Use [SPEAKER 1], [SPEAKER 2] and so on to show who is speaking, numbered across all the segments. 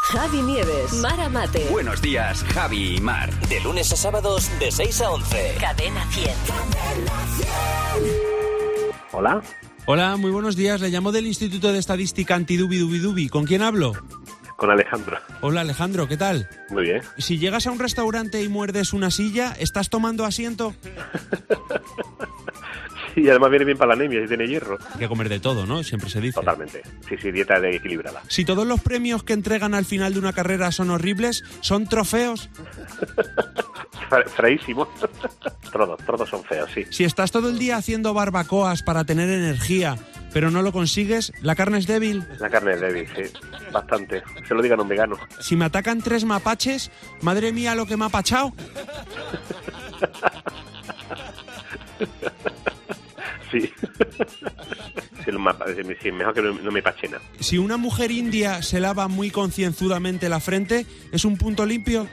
[SPEAKER 1] Javi Nieves, Mara Mate,
[SPEAKER 2] Buenos días, Javi y Mar.
[SPEAKER 3] De lunes a sábados de 6 a 11.
[SPEAKER 1] Cadena 100.
[SPEAKER 4] Hola,
[SPEAKER 5] Hola, muy buenos días. Le llamo del Instituto de Estadística Antidubidubidubi. ¿Con quién hablo?
[SPEAKER 4] con Alejandro.
[SPEAKER 5] Hola, Alejandro, ¿qué tal?
[SPEAKER 4] Muy bien.
[SPEAKER 5] Si llegas a un restaurante y muerdes una silla, ¿estás tomando asiento?
[SPEAKER 4] Sí, y además viene bien para la anemia, si tiene hierro.
[SPEAKER 5] Hay que comer de todo, ¿no? Siempre se dice.
[SPEAKER 4] Totalmente. Sí, sí, dieta de equilibrada.
[SPEAKER 5] Si todos los premios que entregan al final de una carrera son horribles, son trofeos.
[SPEAKER 4] Fra- Fraísimo. Todos, todos son feos, sí.
[SPEAKER 5] Si estás todo el día haciendo barbacoas para tener energía, pero no lo consigues, la carne es débil.
[SPEAKER 4] La carne es débil, sí. Bastante. Se lo digan a un vegano.
[SPEAKER 5] Si me atacan tres mapaches, madre mía lo que me ha pachado.
[SPEAKER 4] Sí. Sí, lo más- sí, mejor que no, no me pachena.
[SPEAKER 5] Si una mujer india se lava muy concienzudamente la frente, es un punto limpio.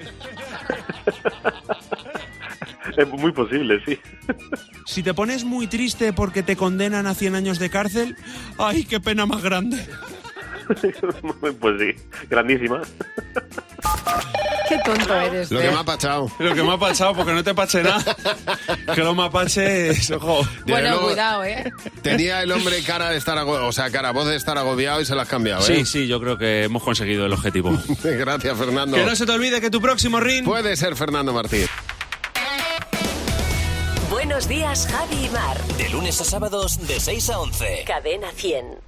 [SPEAKER 4] Es muy posible, sí.
[SPEAKER 5] Si te pones muy triste porque te condenan a 100 años de cárcel, ¡ay, qué pena más grande!
[SPEAKER 4] Pues sí. Grandísima.
[SPEAKER 1] Qué tonto eres.
[SPEAKER 6] Lo que
[SPEAKER 1] Fer.
[SPEAKER 6] me ha pachado.
[SPEAKER 5] Lo que me ha pasado, porque no te pache nada. Que los mapaches, ojo.
[SPEAKER 6] Desde
[SPEAKER 1] Bueno,
[SPEAKER 6] luego,
[SPEAKER 1] cuidado, ¿eh?
[SPEAKER 6] Tenía el hombre cara de estar agobiado, o sea, cara, voz de estar agobiado y se la has cambiado, ¿eh?
[SPEAKER 5] Sí, sí, yo creo que hemos conseguido el objetivo.
[SPEAKER 6] Gracias, Fernando.
[SPEAKER 5] Que no se te olvide que tu próximo ring...
[SPEAKER 6] Puede ser Fernando Martín.
[SPEAKER 1] Buenos días, Javi y Mar.
[SPEAKER 3] De lunes a sábados de 6 a 11.
[SPEAKER 1] Cadena 100.